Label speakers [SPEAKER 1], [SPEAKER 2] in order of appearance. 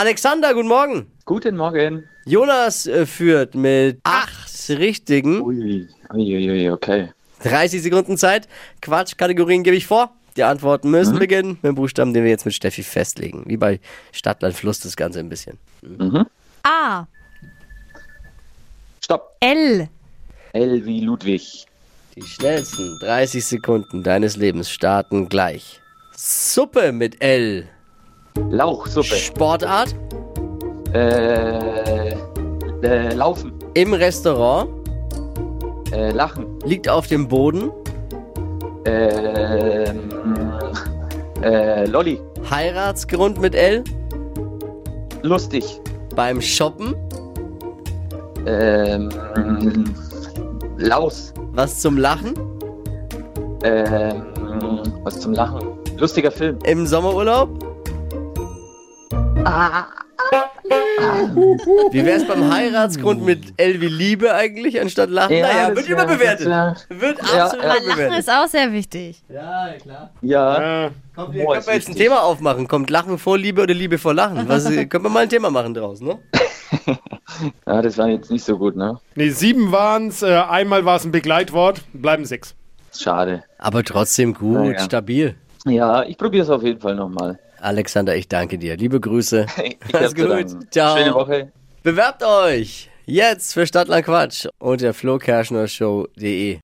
[SPEAKER 1] Alexander, guten Morgen.
[SPEAKER 2] Guten Morgen.
[SPEAKER 1] Jonas äh, führt mit acht richtigen.
[SPEAKER 2] Ui, ui, ui, ui, okay.
[SPEAKER 1] 30 Sekunden Zeit. Quatschkategorien gebe ich vor. Die Antworten müssen beginnen mit dem Buchstaben, den wir jetzt mit Steffi festlegen. Wie bei Stadtland Fluss das Ganze ein bisschen.
[SPEAKER 3] A.
[SPEAKER 2] Stopp.
[SPEAKER 3] L.
[SPEAKER 2] L wie Ludwig.
[SPEAKER 1] Die schnellsten 30 Sekunden deines Lebens starten gleich. Suppe mit L.
[SPEAKER 2] Lauchsuppe.
[SPEAKER 1] Sportart
[SPEAKER 2] Äh, äh, laufen.
[SPEAKER 1] im Restaurant
[SPEAKER 2] Äh, lachen.
[SPEAKER 1] liegt auf dem Boden.
[SPEAKER 2] Äh, äh, Lolli.
[SPEAKER 1] Heiratsgrund mit L.
[SPEAKER 2] Lustig.
[SPEAKER 1] Beim Shoppen
[SPEAKER 2] Ähm, Laus.
[SPEAKER 1] was zum Lachen.
[SPEAKER 2] Ähm, was zum Lachen. Lustiger Film.
[SPEAKER 1] Im Sommerurlaub. Wie wäre es beim Heiratsgrund mit L wie Liebe eigentlich anstatt Lachen? naja,
[SPEAKER 2] das
[SPEAKER 1] wird
[SPEAKER 2] wär-
[SPEAKER 1] überbewertet.
[SPEAKER 2] das
[SPEAKER 1] Wird
[SPEAKER 2] Ja,
[SPEAKER 1] absolut
[SPEAKER 2] ja.
[SPEAKER 3] Lachen
[SPEAKER 1] überbewertet.
[SPEAKER 3] ist auch sehr wichtig.
[SPEAKER 1] Ja, klar.
[SPEAKER 2] Ja.
[SPEAKER 4] Äh,
[SPEAKER 1] Kommt,
[SPEAKER 2] Boah,
[SPEAKER 1] können
[SPEAKER 2] ist
[SPEAKER 1] wir jetzt ein
[SPEAKER 2] wichtig.
[SPEAKER 1] Thema aufmachen? Kommt Lachen vor Liebe oder Liebe vor Lachen? Was, äh, können wir mal ein Thema machen draus, ne?
[SPEAKER 2] ja, das war jetzt nicht so gut, ne?
[SPEAKER 4] Nee, sieben waren's. Äh, einmal war es ein Begleitwort. Bleiben sechs.
[SPEAKER 2] Schade.
[SPEAKER 1] Aber trotzdem gut,
[SPEAKER 2] Naja.
[SPEAKER 1] stabil.
[SPEAKER 2] Ja, ich probiere es auf jeden Fall nochmal.
[SPEAKER 1] Alexander, ich danke dir. Liebe Grüße.
[SPEAKER 2] Ich
[SPEAKER 1] Alles
[SPEAKER 2] hab's zu
[SPEAKER 1] gut.
[SPEAKER 2] danken.
[SPEAKER 1] Ciao.
[SPEAKER 2] Schöne Woche.
[SPEAKER 1] Bewerbt euch jetzt für Stadtland Quatsch unter flokerschnershow.de.